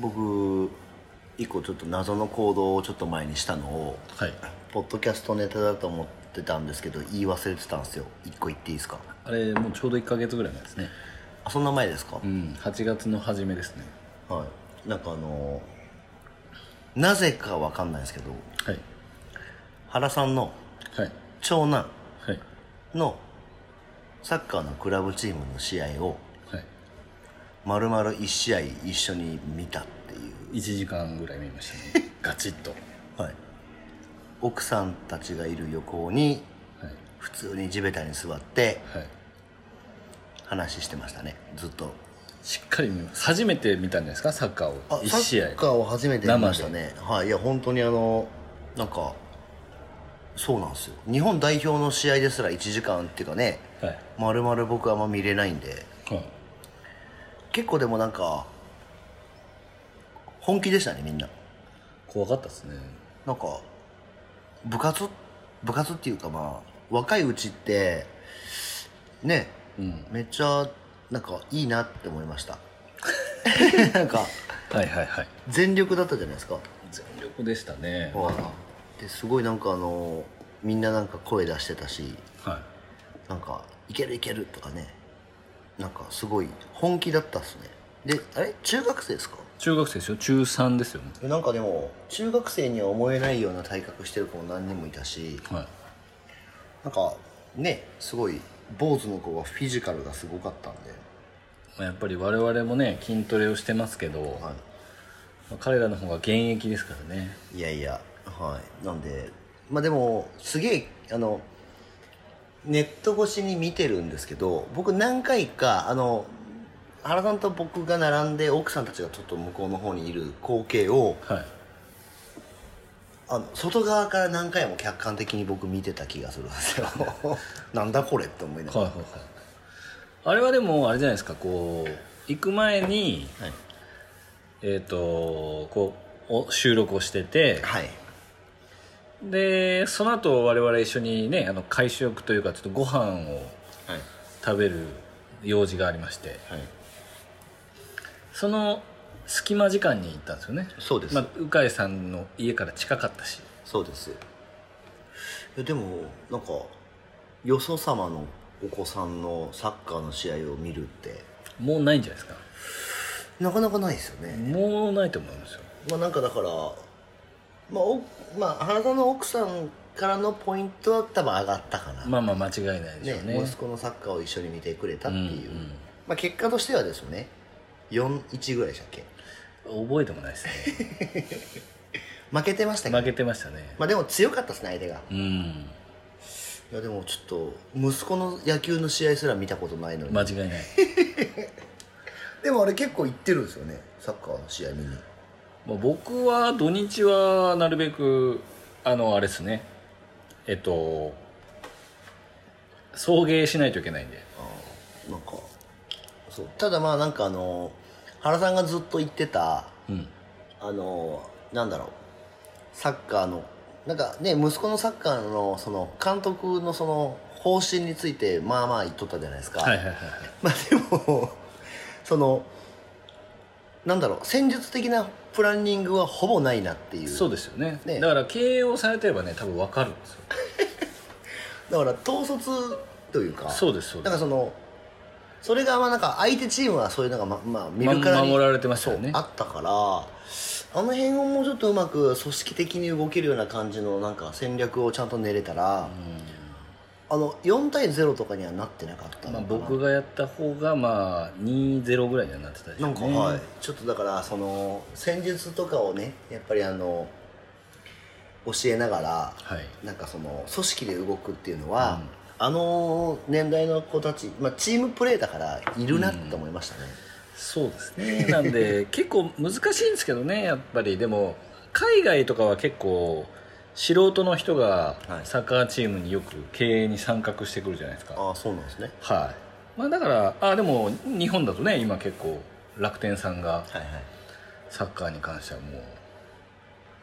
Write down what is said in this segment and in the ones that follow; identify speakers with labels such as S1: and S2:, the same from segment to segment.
S1: 僕一個ちょっと謎の行動をちょっと前にしたのを
S2: はい
S1: ポッドキャストネタだと思ってたんですけど言い忘れてたんですよ一個言っていいですか
S2: あれもうちょうど1か月ぐらい前ですね
S1: あそんな前ですか
S2: う、ん8月の初めですね
S1: はいなんかあのなぜかわかんないですけど
S2: はい
S1: 原さんの
S2: はい
S1: 長男
S2: はい
S1: のサッカーのクラブチームの試合を
S2: はい
S1: 丸々1試合一緒に見たっていう、
S2: 1時間ぐらい見ました ねガチッと
S1: はい、奥さんたちがいる横に
S2: はい
S1: 普通に地べたに座って
S2: はい
S1: 話してましたねずっと
S2: しっかり見ます初めて見たんじゃないですかサッカーを
S1: あ
S2: 1
S1: サ
S2: 試
S1: ッ
S2: 合
S1: カーを初めて見ましたねはいいや本当にあのなんかそうなんですよ日本代表の試合ですら1時間っていうかね
S2: はい
S1: まるまる僕はあんま見れないんで結構でもなんか本気でしたねみんな
S2: 怖かったですね
S1: なんか部活部活っていうかまあ若いうちってね、めっちゃなんかいいなって思いました なんか
S2: はいはいはい
S1: 全力だったじゃないですか
S2: 全力でしたね
S1: ですごいなんかあのみんななんか声出してたし
S2: は
S1: なんか「いけるいける」とかねなんかすごい本気だったっすねであれ中学生ですか
S2: い中学生ですよ中3ですよね
S1: なんかでも中学生には思えないような体格してる子も何人もいたし
S2: はい
S1: なんかねすごい坊主の子はフィジカルがすごかったんで
S2: まあやっぱり我々もね筋トレをしてますけど、まあ彼らの方が現役ですからね
S1: いやいやはいなんでまあでもすげえあのネット越しに見てるんですけど僕何回かあの原さんと僕が並んで奥さんたちがちょっと向こうの方にいる光景を
S2: はい
S1: あの外側から何回も客観的に僕見てた気がするんです よなんだこれって思いなが
S2: はいはいはいあれはでもあれじゃないですかこう行く前に
S1: らはい、
S2: えっ、とこうお収録をしてて
S1: はい、
S2: でその後我々一緒にねあの会食というかちょっとご飯を
S1: はい
S2: 食べる用事がありまして
S1: はい
S2: その隙間時間に行ったんですよね
S1: そうです
S2: まあ、鵜飼さんの家から近かったし
S1: そうですいやでもなんかよそ様のお子さんのサッカーの試合を見るって
S2: もうないんじゃないですか
S1: なかなかないですよね、
S2: もうないと思いますよ
S1: まあなんかだからまあお、まあ、原田の奥さんからのポイントは多分上がったかな、
S2: まあまあ間違いないでしょ
S1: ね
S2: うね
S1: 息子のサッカーを一緒に見てくれたっていう、
S2: うんうん
S1: まあ、結果としてはですね4-1ぐらいでしたっけ
S2: 覚えてもないですね
S1: 負けてましたけど、
S2: 負けてましたね
S1: まあ、でも強かったですね相手が
S2: うん
S1: いやでもちょっと息子の野球の試合すら見たことないのに
S2: 間違いない
S1: でもあれ結構行ってるんですよねサッカーの試合見に
S2: まあ僕は土日はなるべくあのあれですねえっと送迎しないといけないんで
S1: なんかそうただまあなんかあの原さんがずっと言ってた
S2: うん
S1: あのなんだろうサッカーのなんかね息子のサッカーのその監督のその方針についてまあまあ言っとったじゃないですか、
S2: はいはいはいはい
S1: まあでも そのなんだろう戦術的なプランニングはほぼないなっていう
S2: そうですよね
S1: ね
S2: だから経営をされてればね多分分かるんですよ
S1: だから統率というか
S2: そうですそうで
S1: なん
S2: す
S1: かそのそれがまあなんか相手チームはそういうのがま、まあ、見るから
S2: ま
S1: に
S2: 守られてましたよね
S1: そうあったからあの辺をもうちょっとうまく組織的に動けるような感じのなんか戦略をちゃんと練れたら、あの4対0とかにはなってなかった
S2: まあ、
S1: のかな、
S2: 僕がやった方がまあ2-0ぐらいにはなってたでしょ
S1: な
S2: うん
S1: か、
S2: ね
S1: はいちょっとだからその戦術とかをねやっぱりあの教えながら
S2: はい
S1: なんかその組織で動くっていうのは、あの年代の子たち、まあ、チームプレーだからいるなって思いましたね、
S2: そうで すねなんで結構難しいんですけどねやっぱりでも海外とかは結構素人の人が
S1: はい
S2: サッカーチームによく経営に参画してくるじゃないですかはい、
S1: ああそうなんですね
S2: まあ、だからあでも日本だとね今結構楽天さんが
S1: はいはい
S2: サッカーに関してはもう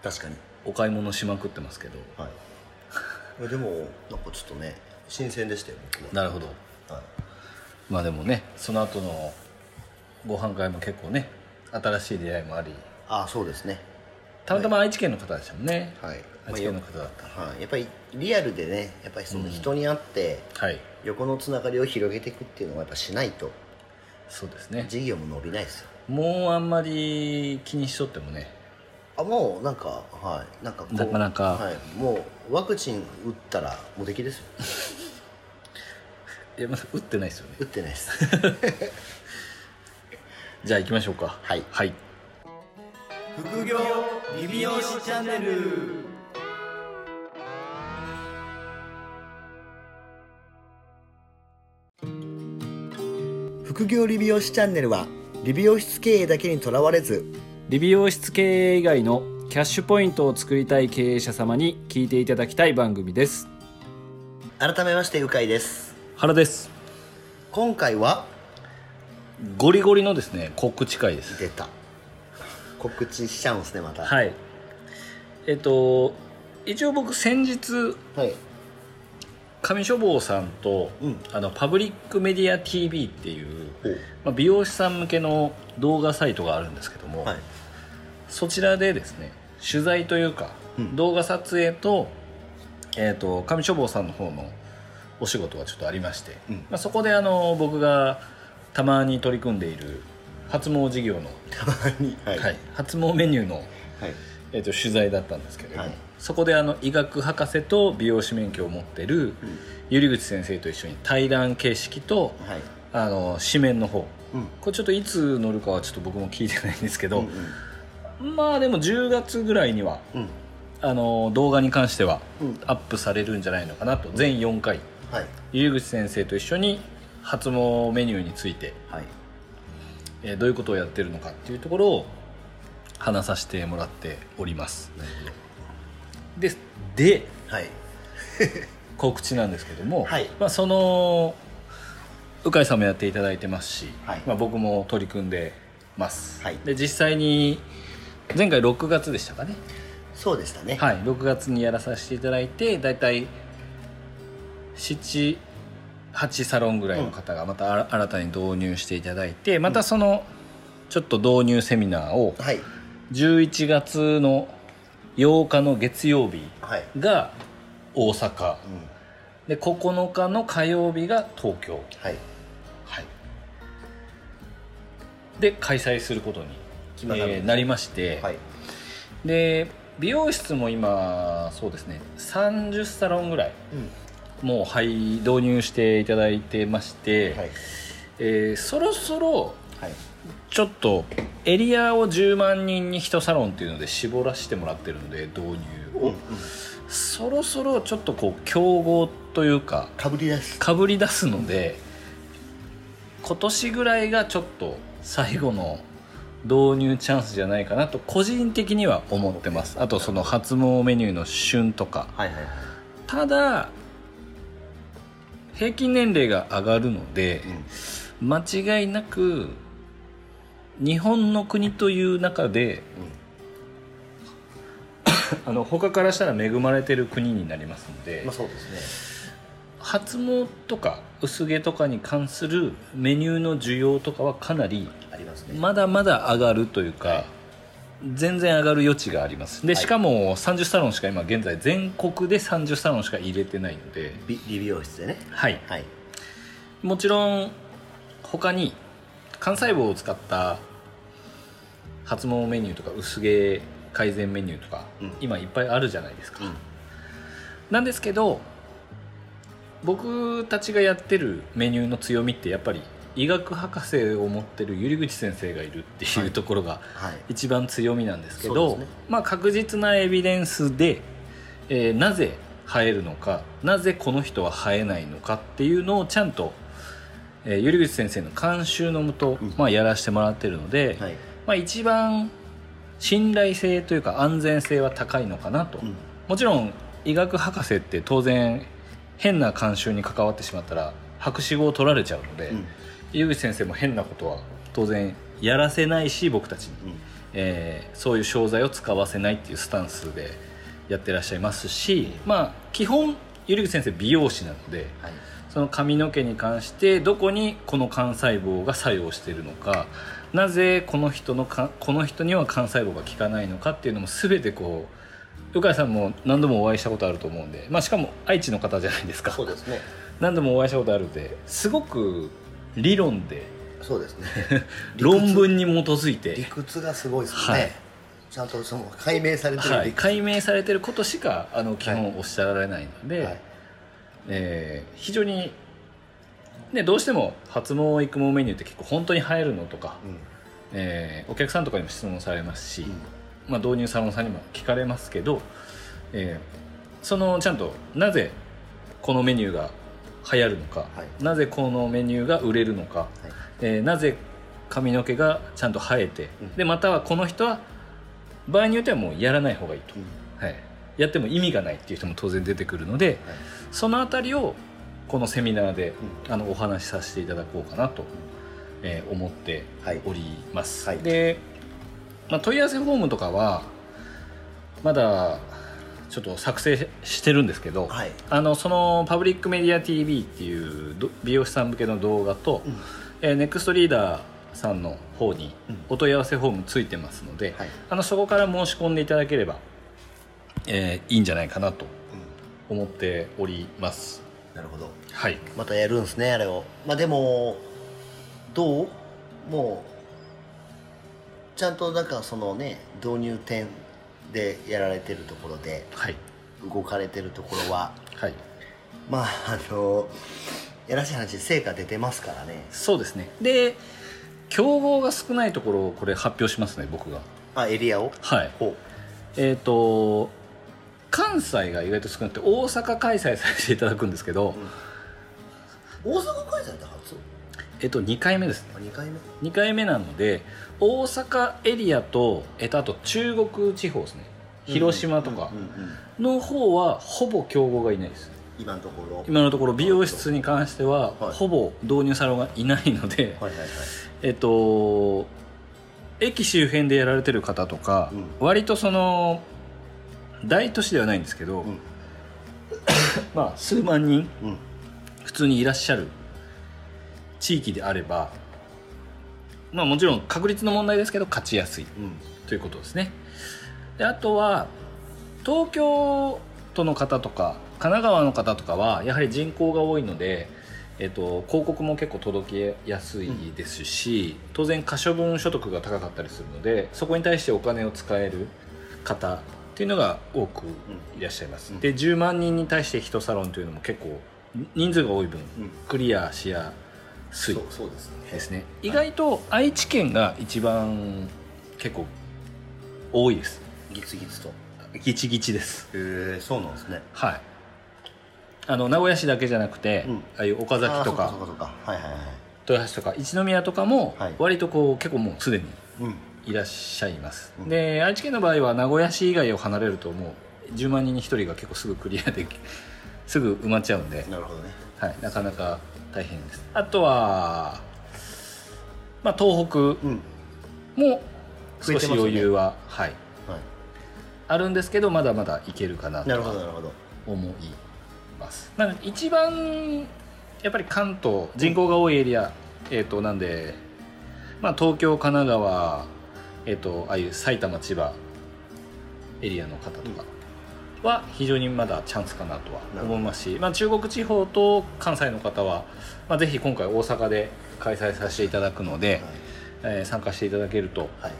S1: 確かに
S2: お買い物しまくってますけど
S1: はい でもなんかちょっとね新鮮でしたよ僕
S2: なるほど
S1: は、は
S2: まあでもねその後のご飯会も結構ね
S1: い
S2: 新しい出会いもあり
S1: あそうですね
S2: たまたま愛知県の方でしたもんね、
S1: はい、
S2: 愛
S1: まあ
S2: 知
S1: よ
S2: 県の方だった
S1: はい、やっぱりリアルでねやっぱりその人に会って
S2: はい
S1: 横のつながりを広げていくっていうのはやっぱしないと
S2: そうですね
S1: 事業も伸びないですよ
S2: もうあんまり気にしとってもね
S1: あもうなんかはいなんかこう
S2: なかなか
S1: はい、もうワクチン打ったら無敵ですよ
S2: いやまだ打ってないですよね
S1: 打ってないです
S2: じゃあ行きましょうか
S1: はい
S2: はい
S3: 副業リビオシチャンネル
S1: 副業理美容師チャンネルは理美容室経営だけにとらわれず
S4: 理美容室経営以外のキャッシュポイントを作りたい経営者様に聞いていただきたい番組です
S1: 改めまして鵜飼です
S4: 原です
S1: 今回は
S2: ゴリゴリのですね告知会です
S1: 出た告知しちゃうんですねまたい、
S2: はいえっと一応僕先日
S1: はい、
S2: 上書房さんと、
S1: うん
S2: あのパブリックメディア TV っていう
S1: ほう、
S2: まあ、美容師さん向けの動画サイトがあるんですけども、
S1: はい、
S2: そちらでですね取材というか、
S1: うん
S2: 動画撮影と,、えー、と上書房さんの方のお仕事がちょっとありまして、
S1: うん
S2: まあ、そこであの僕がたまに取り組んでいる発毛事業の、
S1: たまにはい
S2: はい発毛メニューの、
S1: はい
S2: えー、と取材だったんですけれども、
S1: はい
S2: そこであの医学博士と美容師免許を持ってる百合口先生と一緒に対談形式と
S1: はい
S2: あの紙面の方
S1: うん
S2: これちょっといつ乗るかはちょっと僕も聞いてないんですけど、
S1: うん
S2: まあでも10月ぐらいには
S1: うん
S2: あの動画に関しては
S1: うん
S2: アップされるんじゃないのかなと全4回
S1: はい
S2: 入口先生と一緒に発毛メニューについて、
S1: はい
S2: えーどういうことをやってるのかっていうところを話させてもらっております
S1: なる
S2: でで
S1: ほどはい
S2: 告知なんですけども、
S1: はい
S2: まあ、その鵜飼さんもやっていただいてますし、
S1: はい
S2: まあ、僕も取り組んでます、
S1: はい
S2: で実際に前回6月でしたかね
S1: そうでしたね
S2: はい、6月にやらさせていただいて大体78サロンぐらいの方がまたあら新たに導入していただいてまたそのちょっと導入セミナーを
S1: はい
S2: 11月の8日の月曜日
S1: はい
S2: が大阪
S1: うん
S2: で9日の火曜日が東京、
S1: はい
S2: はい、で開催することに、
S1: 決まったんで
S2: え
S1: す
S2: ーなりまして、
S1: はい
S2: で美容室も今そうですね30サロンぐらい
S1: うん
S2: もうはい導入していただいてまして、
S1: はい
S2: えーそろそろ
S1: はい
S2: ちょっとエリアを10万人に1サロンっていうので絞らせてもらってるので導入を、
S1: うんうん
S2: そろそろちょっとこう競合というか
S1: かぶりです
S2: かぶり出すので今年ぐらいがちょっと最後の導入チャンスじゃないかなと個人的には思ってますあとその発毛メニューの旬とか
S1: はいはいはい
S2: ただ平均年齢が上がるので、間違いなく日本の国という中で、あの他からしたら恵まれてる国になりますので、
S1: まあそうですね
S2: 発毛とか薄毛とかに関するメニューの需要とかはかなり
S1: ありますね
S2: まだまだ上がるというか、全然上がる余地がありますでしかも30サロンしか今現在全国で30サロンしか入れてないので
S1: び理美容室でね
S2: はい
S1: はい
S2: もちろん他に幹細胞を使った発毛メニューとか薄毛改善メニューとか、
S1: うん
S2: 今いっぱいあるじゃないですか、
S1: うん
S2: なんですけど僕たちがやってるメニューの強みってやっぱり医学博士を持ってる百合口先生がいるっていうところが
S1: はい
S2: 一番強みなんですけ
S1: そう
S2: ど、
S1: ですね
S2: まあ、確実なエビデンスで、えーなぜ生えるのかなぜこの人は生えないのかっていうのをちゃんと、えー、頼口先生の監修のもと、
S1: うん
S2: まあ、やらせてもらってるので、
S1: はい
S2: まあ、一番信頼性というか安全性は高いのかなと、
S1: うん
S2: もちろん医学博士って当然変な監修に関わってしまったら博士号を取られちゃうので、
S1: うん
S2: 湯口先生も変なことは当然やらせないし僕たちに。
S1: うん
S2: えーそういう商材を使わせないっていうスタンスでやってらっしゃいますし、まあ基本ゆりぐ先生美容師なので
S1: はい
S2: その髪の毛に関してどこにこの幹細胞が作用しているのかなぜこの人のかこの人には幹細胞が効かないのかっていうのも全てこう鵜飼さんも何度もお会いしたことあると思うんで、まあ、しかも愛知の方じゃないですか
S1: そうですね
S2: 何度もお会いしたことあるんですごく理論で
S1: そうです ね理屈
S2: 論文に基づい
S1: 理
S2: て、
S1: 屈がすごいですね、
S2: はい
S1: ちゃんとその解明されてる
S2: はい、
S1: 理屈
S2: 解明されてることしかあの基本おっしゃられないので、
S1: はい
S2: えー非常に、ね、どうしても発毛育毛メニューって結構本当に入るのとか、
S1: う
S2: えーお客さんとかにも質問されますし、
S1: んうん
S2: まあ、導入サロンさんにも聞かれますけど、えーそのちゃんとなぜこのメニューが流行るのか、
S1: はい
S2: なぜこのメニューが売れるのか、えーなぜ髪の毛がちゃんと生えて、
S1: うん
S2: でまたはこの人は場合によってはもうやらない方がいいと、
S1: うん
S2: はい、やっても意味がないっていう人も当然出てくるので、
S1: はい
S2: そのあたりをこのセミナーで、あのお話しさせていただこうかなと、えー思って
S1: はい
S2: おります、
S1: はい
S2: で、まあ、問い合わせフォームとかはまだちょっと作成してるんですけど、
S1: はい
S2: あのそのパブリックメディア TV っていうど美容師さん向けの動画と、
S1: うん
S2: えーネクストリーダーさんの方に
S1: うん
S2: お問い合わせフォームついてますので、
S1: はい
S2: あのそこから申し込んでいただければ、えーいいんじゃないかなと思っております。
S1: なるほど
S2: はい、
S1: またやるんですねあれをまあでもどうもうちゃんとなんかそのね導入点でやられてるところで
S2: はい、
S1: 動かれてるところは
S2: はい、
S1: まああのやらしい話成果出てますからね
S2: そうですね。で、競合が少ないところをこれ発表しますね、僕が。
S1: あエリアを
S2: はい。
S1: ほ
S2: えっ、と関西が意外と少なくて大阪開催させていただくんですけど、
S1: う大阪開催って初
S2: えっ、と2回目ですね。
S1: あ二回目
S2: 2回目なので大阪エリアと、えっと、あと中国地方ですね広島とか
S1: うんうん
S2: の方はほぼ競合がいないです
S1: 今のところ
S2: 今のところ美容室に関しては
S1: はい
S2: ほぼ導入サロンがいないので、
S1: はいはいはい
S2: えっと駅周辺でやられてる方とか、
S1: うん
S2: 割とその大都市ではないんですけど、
S1: ん
S2: まあ数万人
S1: うん
S2: 普通にいらっしゃる地域であればまあもちろん確率の問題ですけど勝ちやすい
S1: うん
S2: ということですねであとは東京都の方とか神奈川の方とかはやはり人口が多いので、えっと、広告も結構届きやすいですし、当然可処分所得が高かったりするのでそこに対してお金を使える方っていうのが多くいらっしゃいます、
S1: うん
S2: で10万人に対して1サロンというのも結構人数が多い分
S1: うん
S2: クリアしやすい
S1: そうそうですね
S2: ですね意外と愛知県が一番結構多いです
S1: ギツギツとへ
S2: ギチギチです
S1: えそうなんですね
S2: はいあの名古屋市だけじゃなくて、
S1: うん
S2: ああいう岡崎と
S1: あーそう
S2: か
S1: かそうかそうかはいはいはい
S2: 豊橋とか一宮とかも
S1: はい
S2: 割とこう結構もうすでに
S1: うん
S2: いらっしゃいます、
S1: うん
S2: で愛知県の場合は名古屋市以外を離れるともう10万人に1人が結構すぐクリアでき すぐ埋まっちゃうんで、
S1: なるほどね
S2: はい、なかなか大変ですあとは、まあ、東北
S1: うん
S2: も
S1: 増えて
S2: 少し
S1: ますね
S2: 余裕は、はい、
S1: は
S2: あるんですけどまだまだいけるかない
S1: なるほど
S2: と
S1: なるほど
S2: 思いますなので一番やっぱり関東人口が多いエリア、えー、となんで、まあ、東京神奈川、えー、とああいう埼玉千葉エリアの方とかは非常にまだチャンスかなとは思いますし、まあ、中国地方と関西の方は、まあ、ぜひ今回大阪で開催させていただくので、えー参加していただけると
S1: はいはい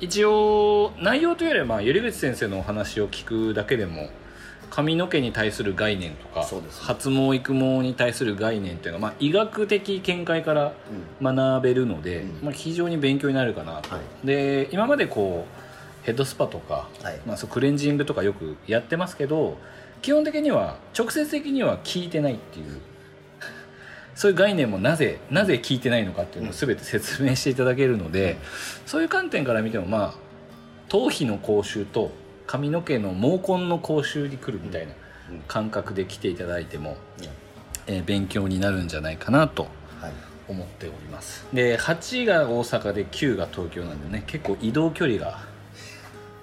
S2: 一応内容というよりはまあ頼口先生のお話を聞くだけでも髪の毛に対する概念とか、
S1: そうですね
S2: 発毛育毛に対する概念というのは、まあ、医学的見解から学べるので、
S1: うん
S2: まあ、非常に勉強になるかなと、
S1: は
S2: で今までこうヘッドスパとか、
S1: はい
S2: まあ、そうクレンジングとかよくやってますけど基本的には直接的には聞いてないっていうそういう概念もなぜなぜ聞いてないのかっていうのを全て説明していただけるので、そういう観点から見てもまあ頭皮の講習と髪の毛の毛根の講習に来るみたいな
S1: うんうん
S2: 感覚で来ていただいても、
S1: うん
S2: えー勉強になるんじゃないかなと
S1: はい
S2: 思っておりますで8が大阪で9が東京なんでね結構移動距離が、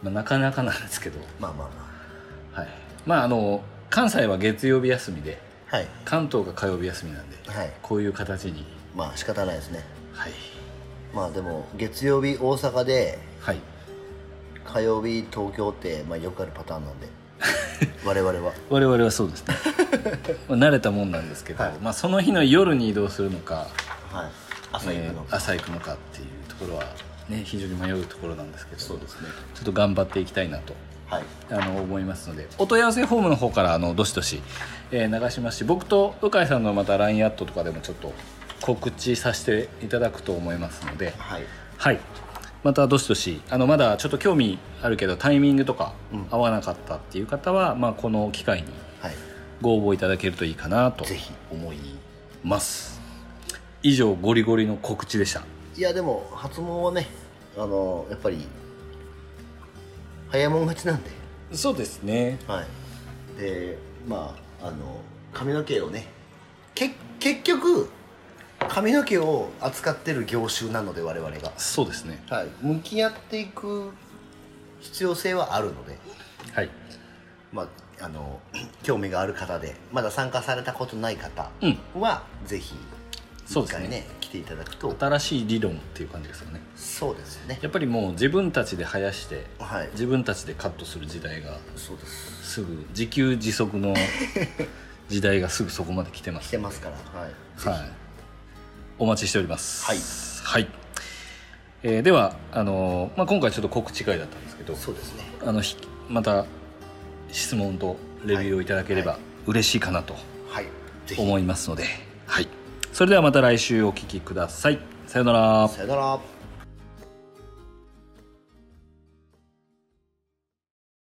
S2: まあ、なかなかなんですけど、
S1: まあまあま
S2: はい、まああの関西は月曜日休みで
S1: あはい
S2: 関東が火曜日休みなんで
S1: はい
S2: こういう形に
S1: まあ仕方ないですね
S2: はい
S1: まあでも月曜日大阪で
S2: はい
S1: 火曜日東京って、まあ、よくあるパターンなん で我々は
S2: 我々はそうです ねまあ慣れたもんなんですけど、
S1: はい
S2: まあ、その日の夜に移動するのか
S1: はい朝行くの
S2: えー
S1: か、
S2: 朝行くのかっていうところは、ね、非常に迷うところなんですけどそうですねちょっと頑張っていきたいなと
S1: はい
S2: あの思いますのでお問い合わせフォームの方からあのどしどし、えー流しますし僕と鵜飼さんのまた LINE アットとかでもちょっと告知させていただくと思いますので、
S1: はい
S2: はい、またどしどしあのまだちょっと興味あるけどタイミングとか
S1: うん
S2: 合わなかったっていう方は、まあ、この機会に
S1: はい
S2: ご応募いただけるといいかなと
S1: ぜひ
S2: 思います以上ゴリゴリの告知でした
S1: いやでも発毛はねあのやっぱり早いもん勝ちなんで
S2: そうですね
S1: はいでまああの髪の毛をねけ結局髪の毛を扱ってる業種なので我々が
S2: そうですね
S1: はい向き合っていく必要性はあるので
S2: はい
S1: まあ、あの 興味がある方でまだ参加されたことない方
S2: うん
S1: は、ぜひ
S2: そう
S1: 一
S2: ですね
S1: 回ね来ていただくと
S2: 新しい理論っていう感じですよね
S1: そうですね
S2: やっぱりもう自分たちで生やして
S1: はい
S2: 自分たちでカットする時代が
S1: そうです
S2: すぐ自給自足の時代がすぐそこまで来てま
S1: 来
S2: す
S1: てますからはい
S2: はい、お待ちしております
S1: はい
S2: はい、えーではあのーまあ、今回ちょっと告知会だったんですけど
S1: そうですね
S2: あのひまた質問とレビューをいただければ
S1: はい
S2: 嬉しいかなと
S1: はいぜひ
S2: 思いますので、はいそれではまた来週お聞きくださいさようなら
S1: さよなら